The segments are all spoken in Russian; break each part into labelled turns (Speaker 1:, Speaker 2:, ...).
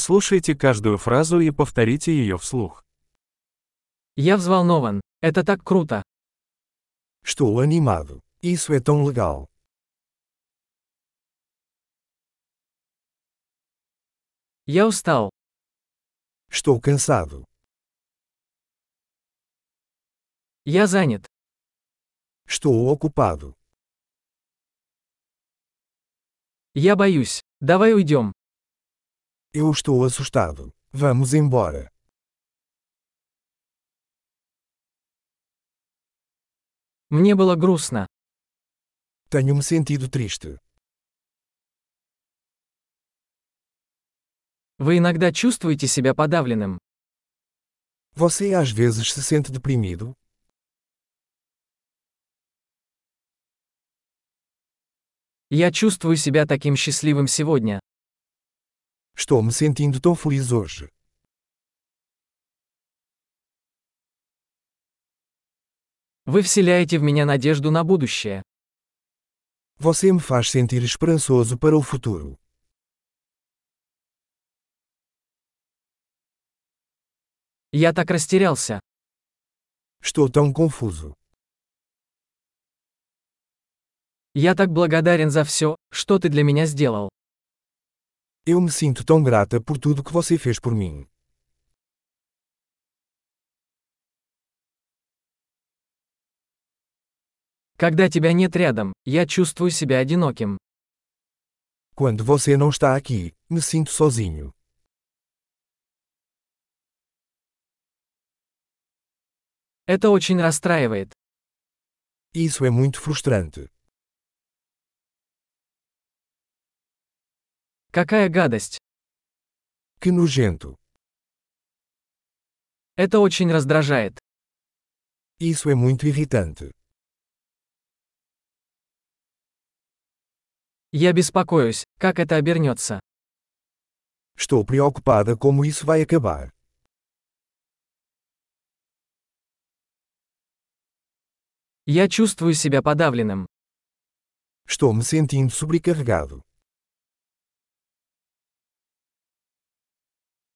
Speaker 1: Прослушайте каждую фразу и повторите ее вслух.
Speaker 2: Я взволнован. Это так круто.
Speaker 3: Estou animado. Isso é tão legal.
Speaker 2: Я устал.
Speaker 3: Estou cansado.
Speaker 2: Я занят.
Speaker 3: Estou ocupado.
Speaker 2: Я боюсь. Давай уйдем.
Speaker 3: Eu estou assustado. Vamos embora.
Speaker 2: Мне было грустно.
Speaker 3: Tenho me sentido triste.
Speaker 2: Вы иногда чувствуете себя подавленным.
Speaker 3: Você às vezes se sente deprimido?
Speaker 2: Я чувствую себя таким счастливым сегодня.
Speaker 3: Estou me sentindo tão feliz hoje.
Speaker 2: Вы вселяете в меня надежду на будущее.
Speaker 3: Você me faz sentir esperançoso para o futuro.
Speaker 2: Я так растерялся.
Speaker 3: Estou tão confuso.
Speaker 2: Я так благодарен за все, что ты для меня сделал.
Speaker 3: Eu me sinto tão grata por tudo que você fez por mim.
Speaker 2: Когда тебя нет рядом, я чувствую себя одиноким.
Speaker 3: Quando você não está aqui, me sinto sozinho.
Speaker 2: Это очень расстраивает.
Speaker 3: Isso é muito frustrante.
Speaker 2: Какая гадость.
Speaker 3: Que nojento.
Speaker 2: Это очень раздражает.
Speaker 3: Isso é muito irritante.
Speaker 2: Я беспокоюсь, как это обернется.
Speaker 3: Estou preocupada como isso vai acabar.
Speaker 2: Я чувствую себя подавленным.
Speaker 3: Estou me sentindo sobrecarregado.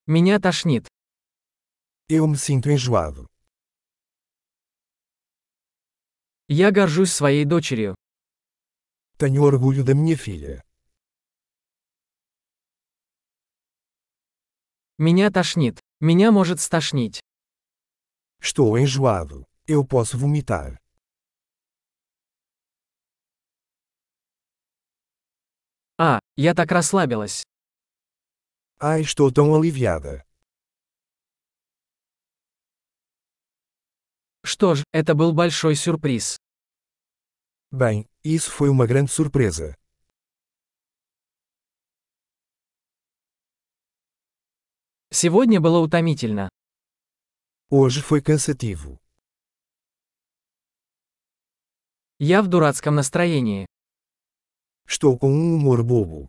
Speaker 2: Меня тошнит.
Speaker 3: Eu me sinto enjoado.
Speaker 2: Я горжусь своей дочерью.
Speaker 3: Tenho orgulho da minha filha.
Speaker 2: Меня тошнит. Меня может стошнить.
Speaker 3: Estou enjoado. Eu posso vomitar.
Speaker 2: А, я так расслабилась.
Speaker 3: Ai, estou tão aliviada.
Speaker 2: Что ж, это был большой сюрприз.
Speaker 3: Bem, isso foi uma grande surpresa.
Speaker 2: Сегодня было утомительно.
Speaker 3: Hoje foi cansativo.
Speaker 2: Я в дурацком настроении.
Speaker 3: Estou com um humor bobo.